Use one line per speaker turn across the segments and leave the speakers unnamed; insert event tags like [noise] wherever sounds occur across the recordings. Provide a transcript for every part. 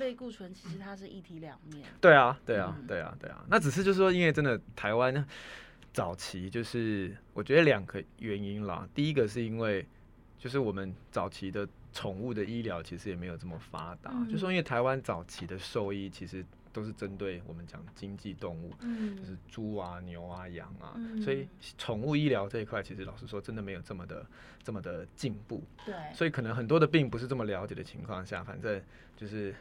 类固醇其实它是一体两面。
对啊，对啊
嗯，
对啊，对啊。那只是就是说，因为真的台湾早期就是我觉得两个原因啦，第一个是因为就是我们早期的宠物的医疗其实也没有这么发达，
嗯
就说因为台湾早期的兽医其实都是针对我们讲经济动物。就
嗯
是猪啊、牛啊、羊啊，
嗯
所以宠物医疗这一块，其实老实说，真的没有这么的、这么的进步。
对，
所以可能很多的病不是这么了解的情况下，反正就是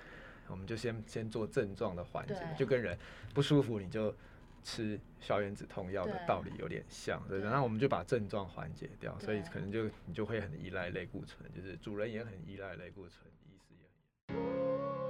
我们就先先做症状的缓解
对，
就跟人不舒服你就吃消炎止痛药的
对
道理有点像，对，
对
然后我们就把症状缓解掉，所以
对
可能就你就会很依赖类固醇，就是主人也很依赖类固醇，医师也很。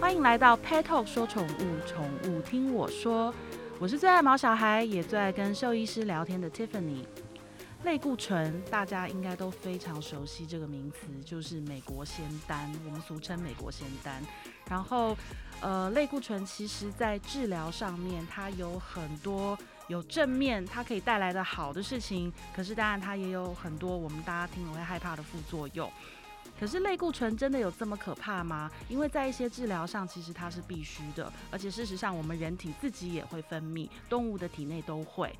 欢迎来到 Pet Talk 说宠物，宠物听我说，我是最爱毛小孩，也最爱跟兽医师聊天的 Tiffany。类固醇大家应该都非常熟悉这个名词，就是美国仙丹，我们俗称美国仙丹。然后，呃，类固醇其实在治疗上面，它有很多有正面，它可以带来的好的事情，可是当然它也有很多我们大家听了会害怕的副作用。可是类固醇真的有这么可怕吗？因为在一些治疗上，其实它是必须的，而且事实上，我们人体自己也会分泌，动物的体内都会。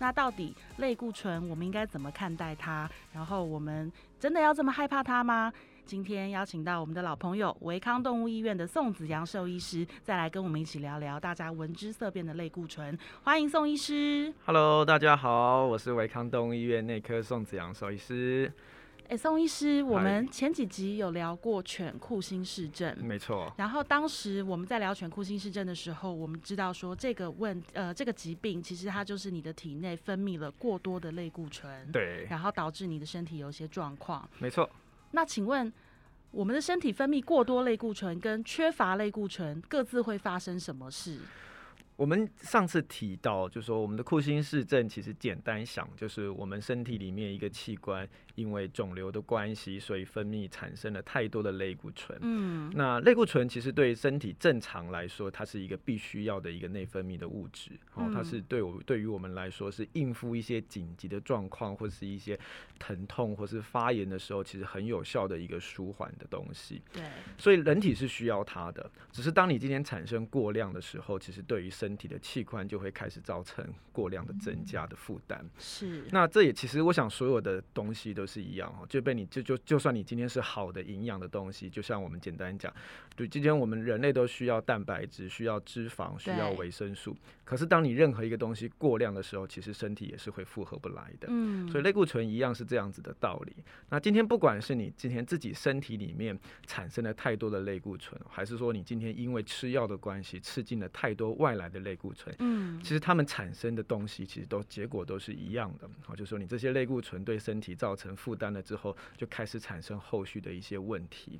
那到底类固醇我们应该怎么看待它？然后我们真的要这么害怕它吗？今天邀请到我们的老朋友维康动物医院的宋子阳兽医师，再来跟我们一起聊聊大家闻之色变的类固醇。欢迎宋医师。
Hello，大家好，我是维康动物医院内科宋子阳兽医师，
诶，宋医师，我
嗨
们前几集有聊过犬库欣氏症，
没错，
然后当时我们在聊犬库欣氏症的时候，我们知道说这个问呃这个疾病其实它就是你的体内分泌了过多的类固醇，
对，
然后导致你的身体有一些状况。
没错。
那请问我们的身体分泌过多类固醇跟缺乏类固醇各自会发生什么事？
我们上次提到，就说我们的库欣氏症，其实简单想就是我们身体里面一个器官因为肿瘤的关系，所以分泌产生了太多的类固醇。
嗯，
那类固醇其实对身体正常来说，它是一个必须要的一个内分泌的物质，哦
嗯，
它是对我对于我们来说是应付一些紧急的状况，或是一些疼痛或是发炎的时候，其实很有效的一个舒缓的东西。
对，
所以人体是需要它的，只是当你今天产生过量的时候，其实对于身体的器官就会开始造成过量的增加的负担。
是，
那这也其实我想所有的东西都是一样哦，就被你就就就算你今天是好的营养的东西，就像我们简单讲，对，今天我们人类都需要蛋白质、需要脂肪、需要
对
维生素，可是当你任何一个东西过量的时候，其实身体也是会负荷不来的。
嗯，
所以类固醇一样是这样子的道理。那今天不管是你今天自己身体里面产生了太多的类固醇，还是说你今天因为吃药的关系吃进了太多外来的类固醇，
嗯
其实它们产生的东西其实都结果都是一样的。好，就是说你这些类固醇对身体造成负担了之后，就开始产生后续的一些问题。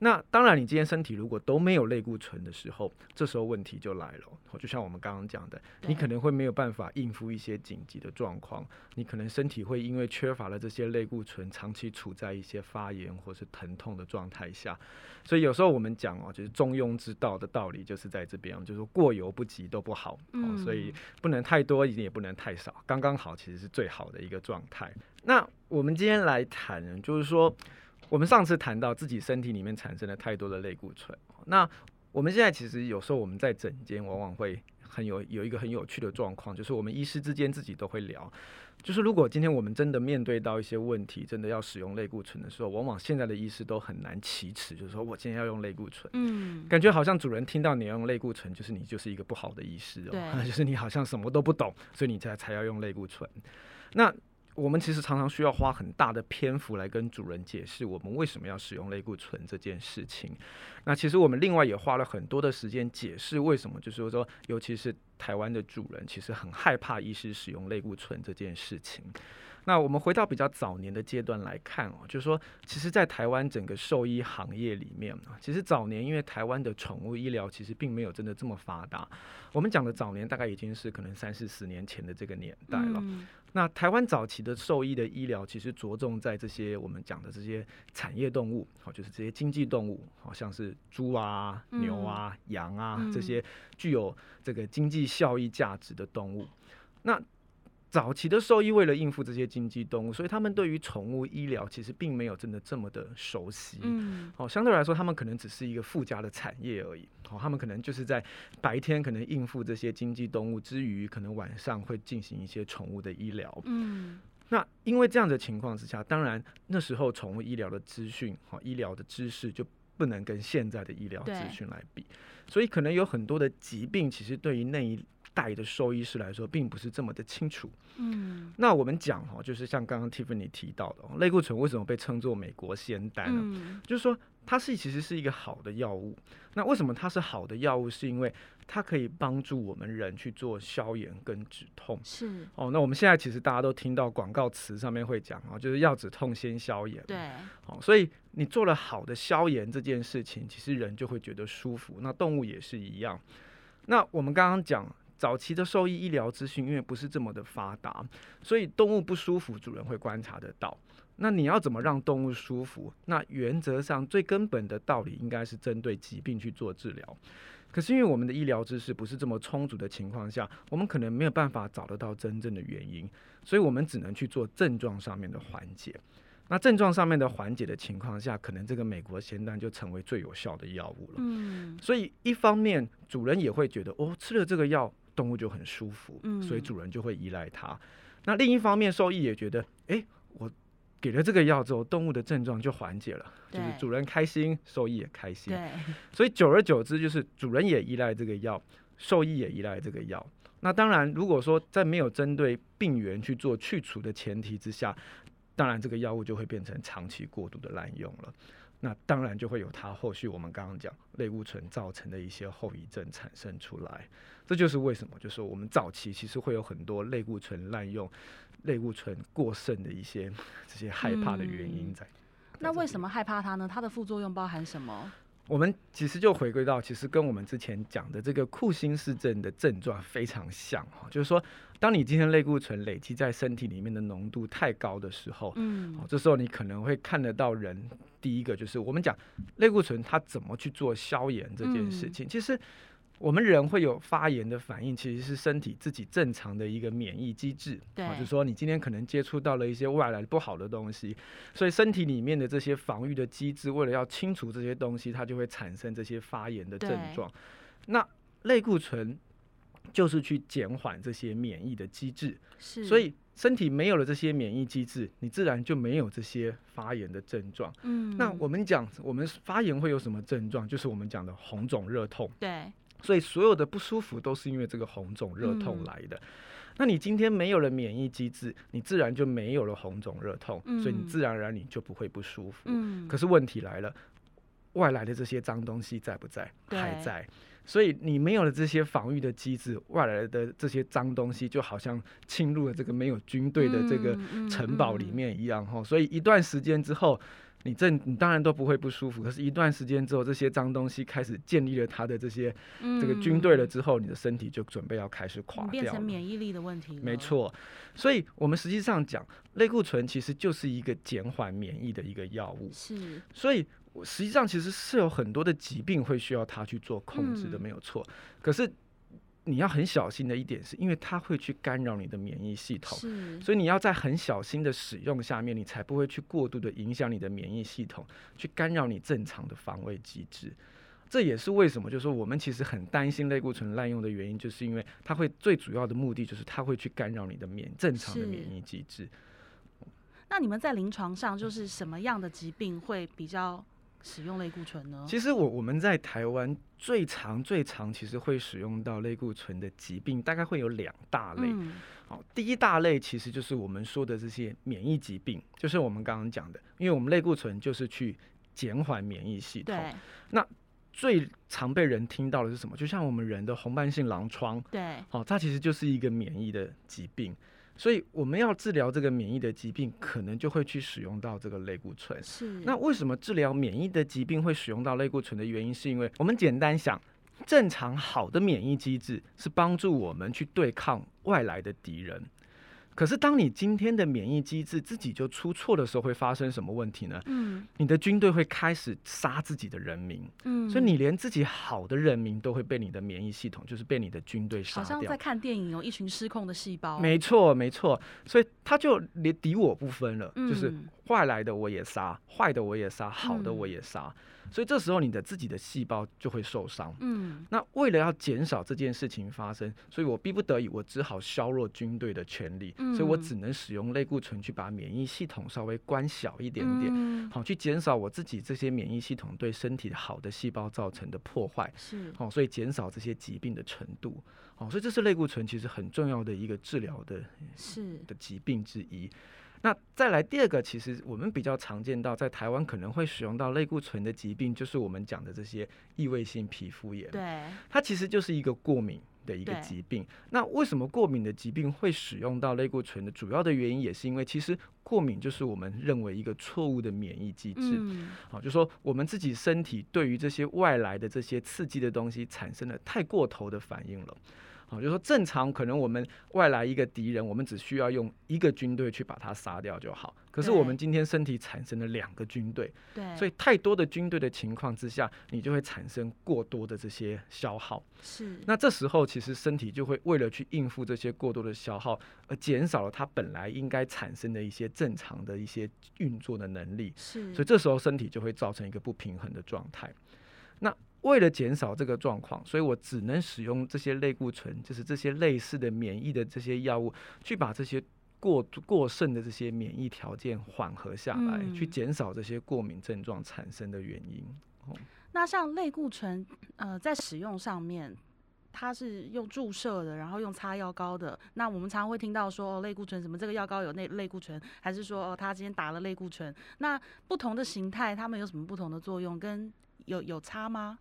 那当然，你今天身体如果都没有类固醇的时候，这时候问题就来了。哦好就像我们刚刚讲的，
对
你可能会没有办法应付一些紧急的状况，你可能身体会因为缺乏了这些类固醇，长期处在一些发炎或是疼痛的状态下。所以有时候我们讲哦，就是中庸之道的道理，就是在这边，哦就是说过犹不及都不好。哦，所以不能太多，也不能太少，刚刚好其实是最好的一个状态。那我们今天来谈，就是说，我们上次谈到自己身体里面产生了太多的类固醇，哦那我们现在其实有时候我们在诊间往往会很有有一个很有趣的状况，就是我们医师之间自己都会聊，就是如果今天我们真的面对到一些问题，真的要使用类固醇的时候，往往现在的医师都很难启齿，就是说我今天要用类固醇。
嗯，
感觉好像主人听到你要用类固醇，就是你就是一个不好的医师哦，
对
[laughs] 就是你好像什么都不懂，所以你才才要用类固醇。那我们其实常常需要花很大的篇幅来跟主人解释我们为什么要使用类固醇这件事情。那其实我们另外也花了很多的时间解释为什么，就是说，尤其是台湾的主人其实很害怕医师使用类固醇这件事情。那我们回到比较早年的阶段来看哦，就是说，其实，在台湾整个兽医行业里面啊，其实早年因为台湾的宠物医疗其实并没有真的这么发达，我们讲的早年大概已经是可能三四十年前的这个年代了。
嗯
那台湾早期的兽医的医疗，其实着重在这些我们讲的这些产业动物，好、就是这些经济动物，好、像是猪啊、
嗯
牛啊、羊啊
嗯
这些具有这个经济效益价值的动物。那早期的兽医为了应付这些经济动物，所以他们对于宠物医疗其实并没有真的这么的熟悉。
嗯
哦，相对来说，他们可能只是一个附加的产业而已。哦，他们可能就是在白天可能应付这些经济动物之余，可能晚上会进行一些宠物的医疗。
嗯
那因为这样的情况之下，当然那时候宠物医疗的资讯，哦，医疗的知识就不能跟现在的医疗资
对
讯来比，所以可能有很多的疾病，其实对于那一代的兽医师来说，并不是这么的清楚。
嗯
那我们讲哈、哦，就是像刚刚 Tiffany 提到的、哦，类固醇为什么被称作美国仙丹呢？
嗯
就是说它是其实是一个好的药物。那为什么它是好的药物？是因为它可以帮助我们人去做消炎跟止痛。
是，
哦，那我们现在其实大家都听到广告词上面会讲哦，就是要止痛先消炎。，
对，
哦，所以你做了好的消炎这件事情，其实人就会觉得舒服。那动物也是一样。那我们刚刚讲。早期的兽医医疗资讯因为不是这么的发达，所以动物不舒服，主人会观察得到。那你要怎么让动物舒服？那原则上最根本的道理应该是针对疾病去做治疗。可是因为我们的医疗知识不是这么充足的情况下，我们可能没有办法找得到真正的原因，所以我们只能去做症状上面的缓解。那症状上面的缓解的情况下，可能这个美国仙丹就成为最有效的药物了。
嗯
所以一方面，主人也会觉得哦，吃了这个药，动物就很舒服，
嗯
所以主人就会依赖它。那另一方面，兽医也觉得，诶，我给了这个药之后，动物的症状就缓解了，就是
对
主人开心，兽医也开心。
对，
所以久而久之，就是主人也依赖这个药，兽医也依赖这个药。那当然，如果说在没有针对病源去做去除的前提之下，当然这个药物就会变成长期过度的滥用了。那当然就会有它后续我们刚刚讲类固醇造成的一些后遗症产生出来。这就是为什么，就是我们早期其实会有很多类固醇滥用、类固醇过剩的一些这些害怕的原因
嗯
在。嗯
那为
么？
什么害怕它呢？它的副作用包含什么？
我们其实就回归到，其实跟我们之前讲的这个库欣氏症的症状非常像哈，就是说，当你今天类固醇累积在身体里面的浓度太高的时候，哦
嗯，
这时候你可能会看得到人。第一个就是我们讲类固醇它怎么去做消炎这件
嗯
事情，其实我们人会有发炎的反应，其实是身体自己正常的一个免疫机制。
对
哦就是说你今天可能接触到了一些外来不好的东西，所以身体里面的这些防御的机制，为了要清除这些东西，它就会产生这些发炎的症
对
状。那类固醇就是去减缓这些免疫的机制，
是，
所以身体没有了这些免疫机制，你自然就没有这些发炎的症状。
嗯，
那我们讲，我们发炎会有什么症状？就是我们讲的红肿热痛，
对，
所以所有的不舒服都是因为这个红肿热痛
嗯
来的。那你今天没有了免疫机制，你自然就没有了红肿热痛，所以你
嗯
自然而然你就不会不舒服。
嗯，
可是问题来了，外来的这些脏东西在不在？
对
还在。所以你没有了这些防御的机制，外来的这些脏东西就好像侵入了这个没有军队的这个
嗯
城堡里，面一样哈、所以一段时间之后，你正你当然都不会不舒服，可是一段时间之后，这些脏东西开始建立了它的这些
嗯嗯
这个军队了之后，你的身体就准备要开始垮
嗯变
掉
成
了。
免疫力的问题，
没，错，所以我们实际上讲，类固醇其实就是一个减缓免疫的一个药物。
是，
所以我实际上其实是有很多的疾病会需要它去做控制的，
嗯
没有错。可是你要很小心的一点，是因为它会去干扰你的免疫系统。
是，
所以你要在很小心的使用下面，你才不会去过度的影响你的免疫系统，去干扰你正常的防卫机制。这也是为什么，就是说我们其实很担心类固醇滥用的原因，就是因为它会最主要的目的就是它会去干扰你的免正常的
是
免疫机制。
那你们在临床上就是什么样的疾病会比较使用类固醇呢？
其实我我们在台湾最常最常其实会使用到类固醇的疾病，大概会有两大类。
嗯，
好、第一大类其实就是我们说的这些免疫疾病，就是我们刚刚讲的，因为我们类固醇就是去减缓免疫系统。
对
最常被人听到的是什么？就像我们人的红斑性狼疮，
对，
哦，它其实就是一个免疫的疾病。所以我们要治疗这个免疫的疾病，可能就会去使用到这个类固醇。
是
那为什么治疗免疫的疾病会使用到类固醇的原因，是因为我们简单想，正常好的免疫机制是帮助我们去对抗外来的敌人。可是，当你今天的免疫机制自己就出错的时候，会发生什么问题呢？
嗯
你的军队会开始杀自己的人民，
嗯，
所以你连自己好的人民都会被你的免疫系统，就是被你的军队杀
好像
掉
在。看电影哦，一群失控的细胞，
没错，没错，所以他就连敌我不分了，就是
嗯
坏来的我也杀，坏的我也杀，好的我也杀，所以这时候你的自己的细胞就会受伤。
嗯
那为了要减少这件事情发生，所以我逼不得已，我只好削弱军队的权利，所以我
嗯
只能使用类固醇去把免疫系统稍微关小一点点，
嗯
好去减少我自己这些免疫系统对身体好的细胞造成的破坏。
是
哦，所以减少这些疾病的程度，哦，所以这是类固醇其实很重要的一个治疗的
是
的疾病之一。那再来第二个，其实我们比较常见到在台湾可能会使用到类固醇的疾病，就是我们讲的这些异位性皮肤炎。，
对
它其实就是一个过敏的一个
对
疾病。那为什么过敏的疾病会使用到类固醇的主要的原因，也是因为其实过敏就是我们认为一个错误的免疫机制。
嗯
好，就说我们自己身体对于这些外来的这些刺激的东西产生了太过头的反应了。好，就说正常可能我们外来一个敌人，我们只需要用一个军队去把它杀掉就好。可是我们
对
今天身体产生了两个军队，
对，
所以太多的军队的情况之下，你就会产生过多的这些消耗。
是
那这时候其实身体就会为了去应付这些过多的消耗，而减少了它本来应该产生的一些正常的一些运作的能力。
是
所以这时候身体就会造成一个不平衡的状态。那为了减少这个状况，所以我只能使用这些类固醇，就是这些类似的免疫的这些药物，去把这些过过剩的这些免疫条件缓和下来，
嗯
去减少这些过敏症状产生的原因。
那像类固醇，呃，在使用上面，它是用注射的，然后用擦药膏的。那我们常常会听到说，哦、类固醇什么这个药膏有内类固醇，还是说哦，他今天打了类固醇。那不同的形态，它们有什么不同的作用？跟有有差吗？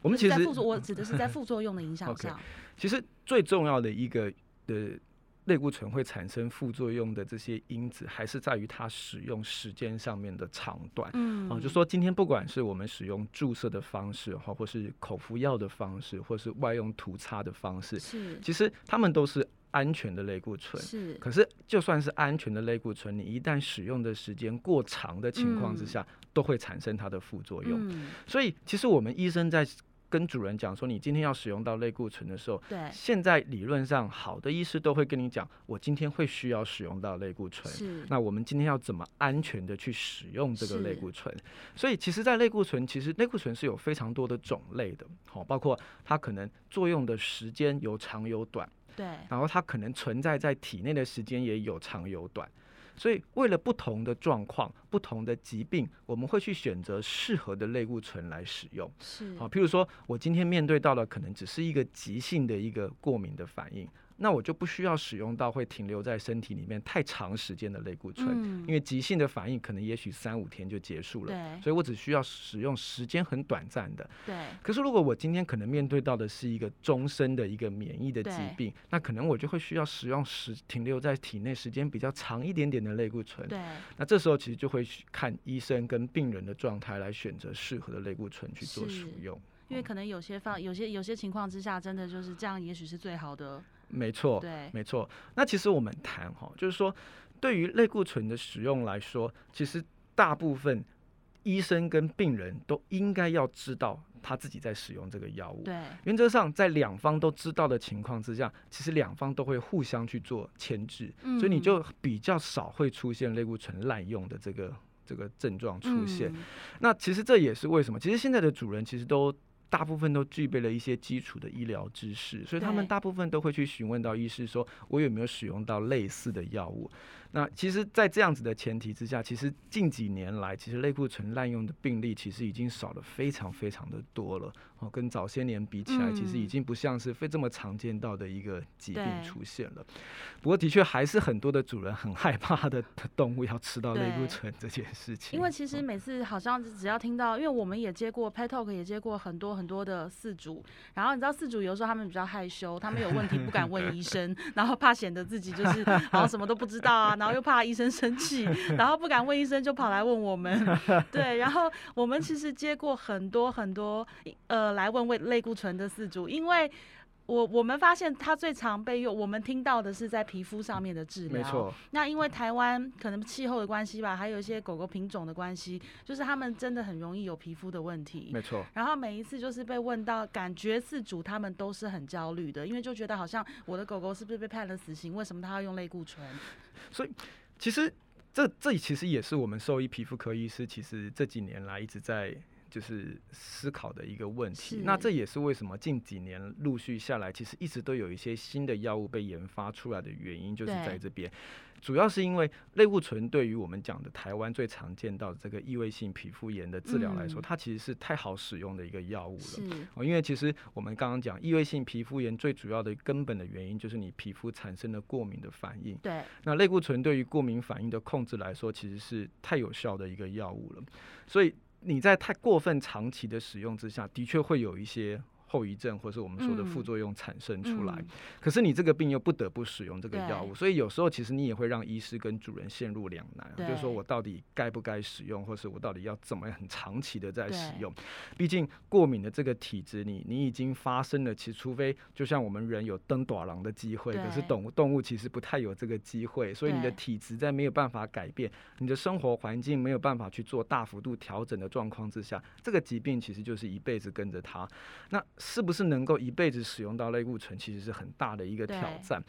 我们
就是
其
在
实
副作，我指的是
[laughs]
在副作用的影响
OK
上。
其实最重要的一个的类固醇会产生副作用的这些因子，还是在于它使用时间上面的长短。
嗯，
哦，就说今天不管是我们使用注射的方式哈，或是口服药的方式，或是外用涂擦的方式，
是
其实它们都是安全的类固醇。
是
可是，就算是安全的类固醇，你一旦使用的时间过长的情况之
嗯
下，都会产生它的副作用。
嗯，
所以，其实我们医生在跟主人讲说，你今天要使用到类固醇的时候，
对，
现在理论上好的医师都会跟你讲，我今天会需要使用到类固醇。
是
那我们今天要怎么安全的去使用这个
是
类固醇？所以其实，在类固醇，其实类固醇是有非常多的种类的，好、包括它可能作用的时间有长有短，
对
然后它可能存在在体内的时间也有长有短。所以，为了不同的状况、不同的疾病，我们会去选择适合的类固醇来使用。
是
好，譬如说我今天面对到的可能只是一个急性的一个过敏的反应，那我就不需要使用到会停留在身体里面太长时间的类固醇，
嗯，
因为急性的反应可能也许三五天就结束了。
对
所以我只需要使用时间很短暂的。
对
可是如果我今天可能面对到的是一个终身的一个免疫的疾
对
病，那可能我就会需要使用时停留在体内时间比较长一点点的类固醇。
对
那这时候其实就会去看医生跟病人的状态来选择适合的类固醇去做
是
使用。
因为可能有些方有些有些情况之下，真的就是这样，也许是最好的。
没错，
对，
没错。那其实我们谈哈，就是说，对于类固醇的使用来说，其实大部分医生跟病人都应该要知道他自己在使用这个药物。
对，
原则上，在两方都知道的情况之下，其实两方都会互相去做牵制，所以你
嗯
就比较少会出现类固醇滥用的这个这个症状出现。
嗯
那其实这也是为什么，其实现在的主人其实都大部分都具备了一些基础的医疗知识，所以他们
对
大部分都会去询问到医师说，我有没有使用到类似的药物。那其实，在这样子的前提之下，其实近几年来，其实类固醇滥用的病例其实已经少了非常非常的多了哦，跟早些年比起来，其实已
嗯
经不像是非这么常见到的一个疾病
对
出现了。不过，的确还是很多的主人很害怕的动物要吃到类固
对
醇这件事情，哦嗯
因为其实每次好像只要听到，因为我们也接过 Pet Talk，也接过很多很多的饲主，然后你知道饲主有时候他们比较害羞，他们有问题不敢问医生，然后怕显得自己就是好像什么都不知道啊，然后又怕医生生气，然后不敢问医生就跑来问我们，对，然后我们其实接过很多很多呃来问胃类固醇的饲主，因为。我我们发现它最常被用，我们听到的是在皮肤上面的治疗。
没错，
那因为台湾可能气候的关系吧，还有一些狗狗品种的关系，就是它们真的很容易有皮肤的问题。
没错，
然后每一次就是被问到，感觉饲主他们都是很焦虑的，因为就觉得好像我的狗狗是不是被判了死刑？为什么它要用类固醇？
其实这这其实也是我们兽医皮肤科医师，其实这几年来一直在就是思考的一个问题
是。
那这也是为什么近几年陆续下来，其实一直都有一些新的药物被研发出来的原因，就是
对
在这边。主要是因为类固醇对于我们讲的台湾最常见到的这个异位性皮肤炎的治疗来说，
嗯
它其实是太好使用的一个药物了。
是
哦，因为其实我们刚刚讲异位性皮肤炎最主要的根本的原因就是你皮肤产生了过敏的反应。
对，
那类固醇对于过敏反应的控制来说，其实是太有效的一个药物了。所以你在太过分长期的使用之下，的确会有一些后遗症，或是我们说的副
嗯
作用产生出来。
嗯
可是你这个病又不得不使用这个
对
药物，所以有时候其实你也会让医师跟主人陷入两难，啊
对
就是说我到底该不该使用，或是我到底要怎么很长期的在使
对
用。毕竟过敏的这个体质，你你已经发生了，其实除非就像我们人有登短廊的机会，
对
可是动物动物其实不太有这个机会，所以你的
对
体质在没有办法改变，你的生活环境没有办法去做大幅度调整的状况之下，这个疾病其实就是一辈子跟着它。那是不是能够一辈子使用到类固醇，其实是很大的一个挑
对
战。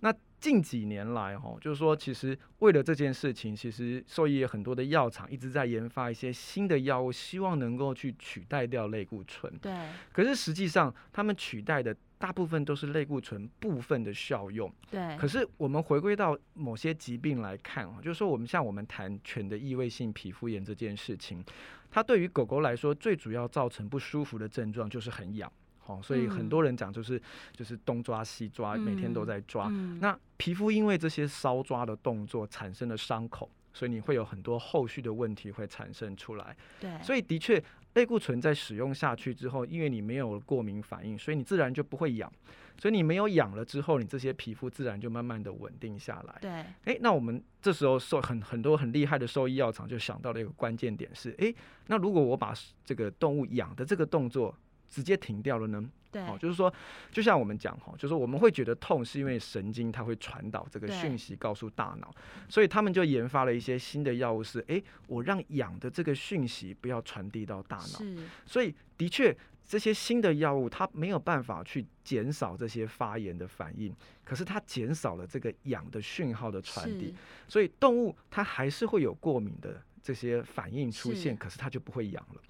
那近几年来，哈，就是说，其实为了这件事情，其实兽医也很多的药厂一直在研发一些新的药物，希望能够去取代掉类固醇。
对
可是实际上，他们取代的大部分都是类固醇部分的效用。
对
可是我们回归到某些疾病来看哦，就是说我们像我们谈犬的异位性皮肤炎这件事情，它对于狗狗来说最主要造成不舒服的症状就是很痒，哦，所以很
嗯
多人讲就是、就是东抓西抓，每天都
嗯
在抓。
嗯
那皮肤因为这些搔抓的动作产生了伤口，所以你会有很多后续的问题会产生出来。
对
所以的确，类固醇在使用下去之后，因为你没有过敏反应，所以你自然就不会痒。所以你没有痒了之后，你这些皮肤自然就慢慢的稳定下来。
对
诶，那我们这时候兽很很多很厉害的兽医药厂就想到了一个关键点是，诶，那如果我把这个动物痒的这个动作直接停掉了呢？
对
哦，就是说，就像我们讲哈，就是我们会觉得痛是因为神经它会传导这个
对
讯息告诉大脑，所以他们就研发了一些新的药物是，诶，我让痒的这个讯息不要传递到大脑，
是
所以的确。这些新的药物，它没有办法去减少这些发炎的反应，可是它减少了这个痒的讯号的传递
是，
所以动物它还是会有过敏的这些反应出现，
是
可是它就不会痒了。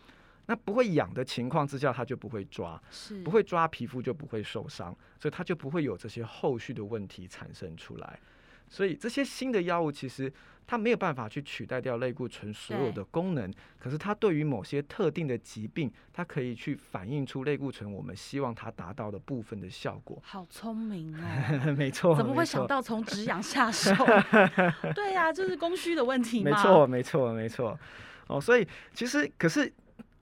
那不会痒的情况之下，它就不会抓，
是
不会抓皮肤就不会受伤，所以它就不会有这些后续的问题产生出来。所以这些新的药物其实它没有办法去取代掉类固醇所有的功能，可是它对于某些特定的疾病，它可以去反映出类固醇我们希望它达到的部分的效果。 [laughs]
好聪明哦。
没错， [laughs]
怎么会
没
想
错？
到从止痒下
[laughs]
手？对呀、就是供需的问题嘛。
没错，没错，没错。哦，所以其实可是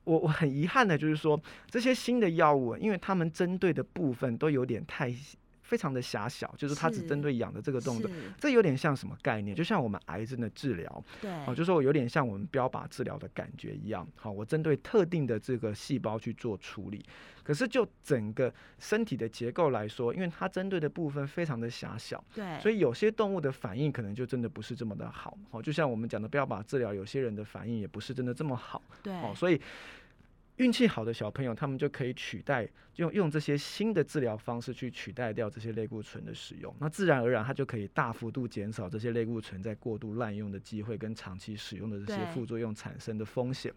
我我很遗憾的就是说，这些新的药物，因为他们针对的部分都有点太非常的狭小，就是它只
是
针对痒的这个动作。
是
这有点像什么概念？就像我们癌症的治疗，
对，
哦，就说有点像我们标靶治疗的感觉一样。好、我针对特定的这个细胞去做处理，可是就整个身体的结构来说，因为它针对的部分非常的狭小，
对，
所
以
以有些动物的反应可能就真的不是这么的好哦，就像我们讲的标靶治疗，有些人的反应也不是真的这么好
对，
哦，所以运气好的小朋友，他们就可以取代用用这些新的治疗方式去取代掉这些类固醇的使用，那自然而然他就可以大幅度减少这些类固醇在过度滥用的机会跟长期使用的这些
对
副作用产生的风险。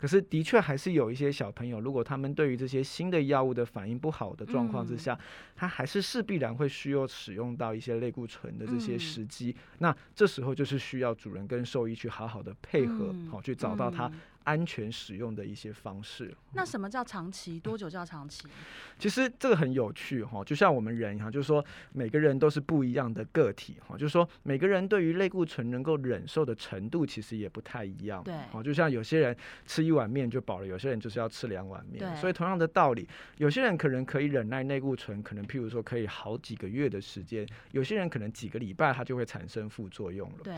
可是的确还是有一些小朋友，如果他们对于这些新的药物的反应不好的状况之
嗯
下，他还是势必然会需要使用到一些类固醇的这些
嗯
时机。那这时候就是需要主人跟兽医去好好的配合，好、
嗯
去找到他
嗯
安全使用的一些方式。
那什么叫长期？多久叫长期？
其实这个很有趣哈，就像我们人哈，就是说每个人都是不一样的个体哈，就是说每个人对于类固醇能够忍受的程度其实也不太一样。
对
好，就像有些人吃一碗面就饱了，有些人就是要吃两碗面，
对
所以同样的道理，有些人可能可以忍耐类固醇，可能譬如说可以好几个月的时间，有些人可能几个礼拜它就会产生副作用了。
对，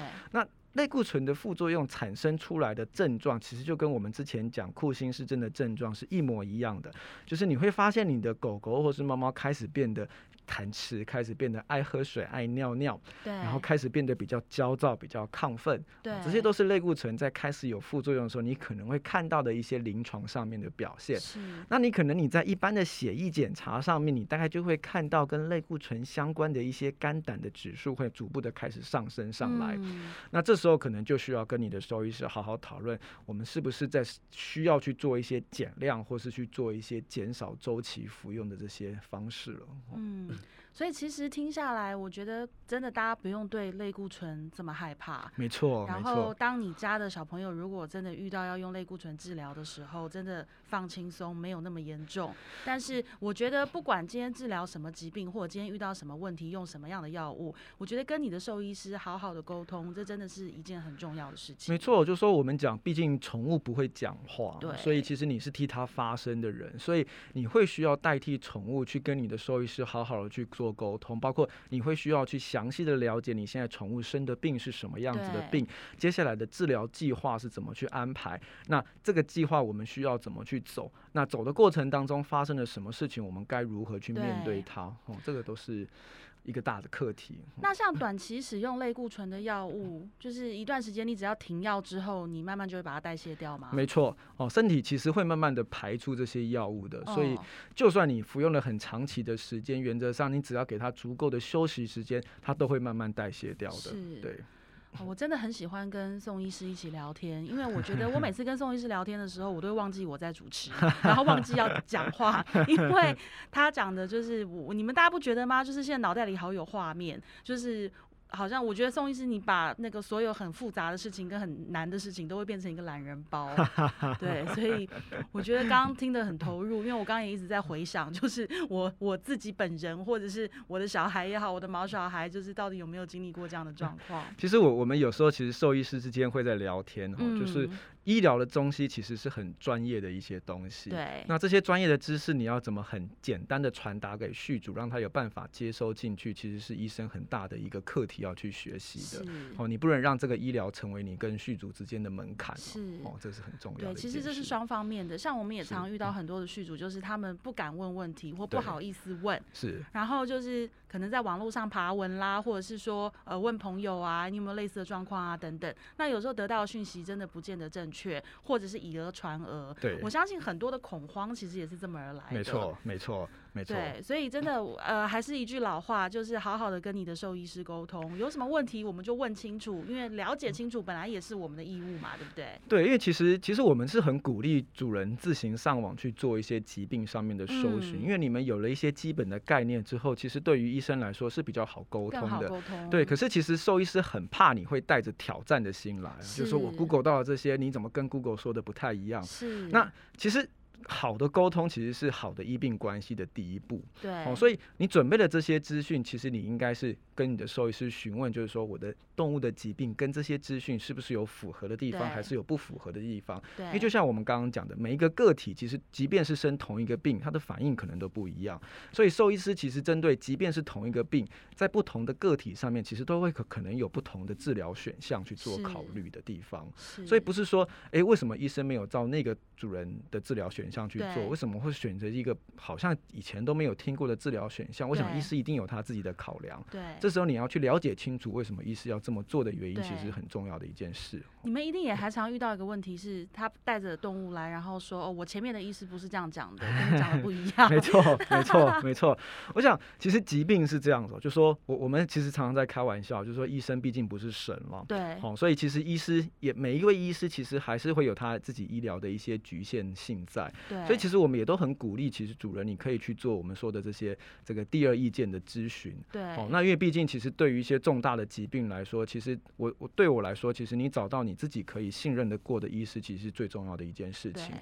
类固醇的副作用产生出来的症状，其实就跟我们之前讲库欣氏症的症状是一模一样的，就是你会发现你的狗狗或是猫猫开始变得贪吃，开始变得爱喝水、爱尿尿，
对，
然后开始变得比较焦躁、比较亢奋，
对，
这些都是类固醇在开始有副作用的时候，你可能会看到的一些临床上面的表现。
是，
那你可能你在一般的血液检查上面，你大概就会看到跟类固醇相关的一些肝胆的指数会逐步的开始上升上来。哦
嗯
那这时候可能就需要跟你的兽医师好好讨论，我们是不是在需要去做一些减量，或是去做一些减少周期服用的这些方式了。
嗯，所以其实听下来，我觉得真的大家不用对类固醇这么害怕。
没错，没
然后，
错，
当你家的小朋友如果真的遇到要用类固醇治疗的时候，真的放轻松，没有那么严重。但是，我觉得不管今天治疗什么疾病，或者今天遇到什么问题，用什么样的药物，我觉得跟你的兽医师好好的沟通，这真的是一件很重要的事情
没。错。我就说我们讲，毕竟宠物不会讲话
对，
所以其实你是替它发声的人，所以你会需要代替宠物去跟你的兽医师好好的去做沟通，包括你会需要去详细的了解你现在宠物生的病是什么样子的
对
病，接下来的治疗计划是怎么去安排？那这个计划我们需要怎么去走？那走的过程当中发生了什么事情，我们该如何去面
对
对它？哦，这个都是一个大的课题。
那像短期使用类固醇的药物，就是一段时间，你只要停药之后，你慢慢就会把它代谢掉吗？
没错，哦，身体其实会慢慢的排出这些药物的，所以
哦
就算你服用了很长期的时间，原则上你只要给它足够的休息时间，它都会慢慢代谢掉的。
是
对，
哦我真的很喜欢跟宋医师一起聊天，因为我觉得我每次跟宋医师聊天的时候，我都会忘记我在主持，然后忘记要讲话，因为他讲的就是我，你们大家不觉得吗？就是现在脑袋里好有画面，就是。好像我觉得宋医师，你把那个所有很复杂的事情跟很难的事情都会变成一个懒人包，对，所以我觉得刚刚听得很投入，因为我刚刚也一直在回想，就是我我自己本人或者是我的小孩也好，我的毛小孩，就是到底有没有经历过这样的状况？
其实我我们有时候其实兽医师之间会在聊天，哦，就是
嗯
医疗的东西其实是很专业的一些东西。
对，
那这些专业的知识，你要怎么很简单的传达给续主，让他有办法接收进去，其实是医生很大的一个课题要去学习的。
是
哦，你不能让这个医疗成为你跟续主之间的门槛、
是
哦，哦，这是很重要的
对，
一件
其
事。
实这是双方面的。像我们也
是嗯
常遇到很多的续主，就是他们不敢问问题或不
对
好意思问，
是
然后就是可能在网络上爬文啦，或者是说呃问朋友啊，你有没有类似的状况啊等等。那有时候得到的讯息真的不见得正确，或者是以讹传讹。
对
我相信很多的恐慌其实也是这么而来的。
没错，没错，没错。
对，所以真的，呃，还是一句老话，就是好好的跟你的兽医师沟通，有什么问题我们就问清楚，因为了
嗯
解清楚本来也是我们的义务嘛，对不对？
对，因为其实其实我们是很鼓励主人自行上网去做一些疾病上面的搜寻，
嗯
因为你们有了一些基本的概念之后，其实对于医生来说是比较好沟
更
通
好
的。
沟通。
对，可是其实兽医师很怕你会带着挑战的心来啊，就是说我
是
Google 到了这些，你怎么跟 Google 说的不太一样？
是
那其实好的沟通其实是好的医病关系的第一步。
对，
哦，所以你准备了这些资讯，其实你应该是跟你的兽医师询问，就是说我的动物的疾病跟这些资讯是不是有符合的地方，
对
还是有不符合的地方？
对，
因为就像我们刚刚讲的，每一个个体其实即便是生同一个病，它的反应可能都不一样。所以兽医师其实针对即便是同一个病，在不同的个体上面，其实都会可可能有不同的治疗选项去做
是
考虑的地方。
是
所以不是说，诶，为什么医生没有照那个主人的治疗选项去
对
做？为什么会选择一个好像以前都没有听过的治疗选项？我想
对
医师一定有他自己的考量。
对，
这时候你要去了解清楚为什么医师要这么做的原因，
对
其实很重要的一件事。
你们一定也还常遇到一个问题是，他带着动物来，然后说哦，我前面的医师不是这样讲的，跟你讲的不一 [laughs] 样
[laughs] 没。错，没错，没错。我想，其实疾病是这样子哦，就说我我们其实常常在开玩笑，就说医生毕竟不是神嘛。
对，
哦，所以其实医师也每一位医师其实还是会有他自己医疗的一些局限性在，
对，
所以其实我们也都很鼓励，其实主人你可以去做我们说的这些这个第二意见的咨询。
对，
哦，那因为毕竟其实对于一些重大的疾病来说，其实我我对我来说，其实你找到你自己可以信任的过的医师，其实是最重要的一件事情
对。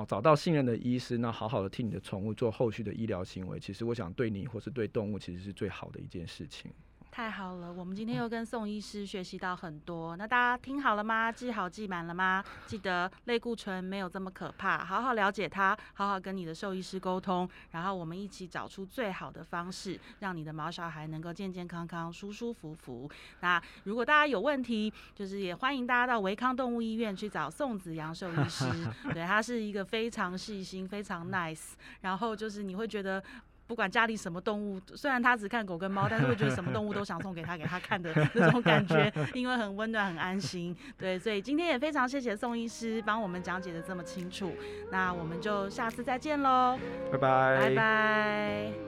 哦，找到信任的医师，那好好的替你的宠物做后续的医疗行为，其实我想对你或是对动物，其实是最好的一件事情。
太好了，我们今天又跟宋医师学习到很多。那大家听好了吗？记好记满了吗？ [laughs] 记得类固醇没有这么可怕，好好了解它，好好跟你的兽医师沟通，然后我们一起找出最好的方式，让你的毛小孩能够健健康康、舒舒服服。那如果大家有问题，就是也欢迎大家到维康动物医院去找宋子阳兽医师，对他是一个非常细心、非常 nice，然后就是你会觉得不管家里什么动物，虽然他只看狗跟猫，但是会觉得什么动物都想送给他给他看的那种感觉，因为很温暖、很安心。对，所以今天也非常谢谢宋医师帮我们讲解的这么清楚，那我们就下次再见喽，
拜拜。
拜拜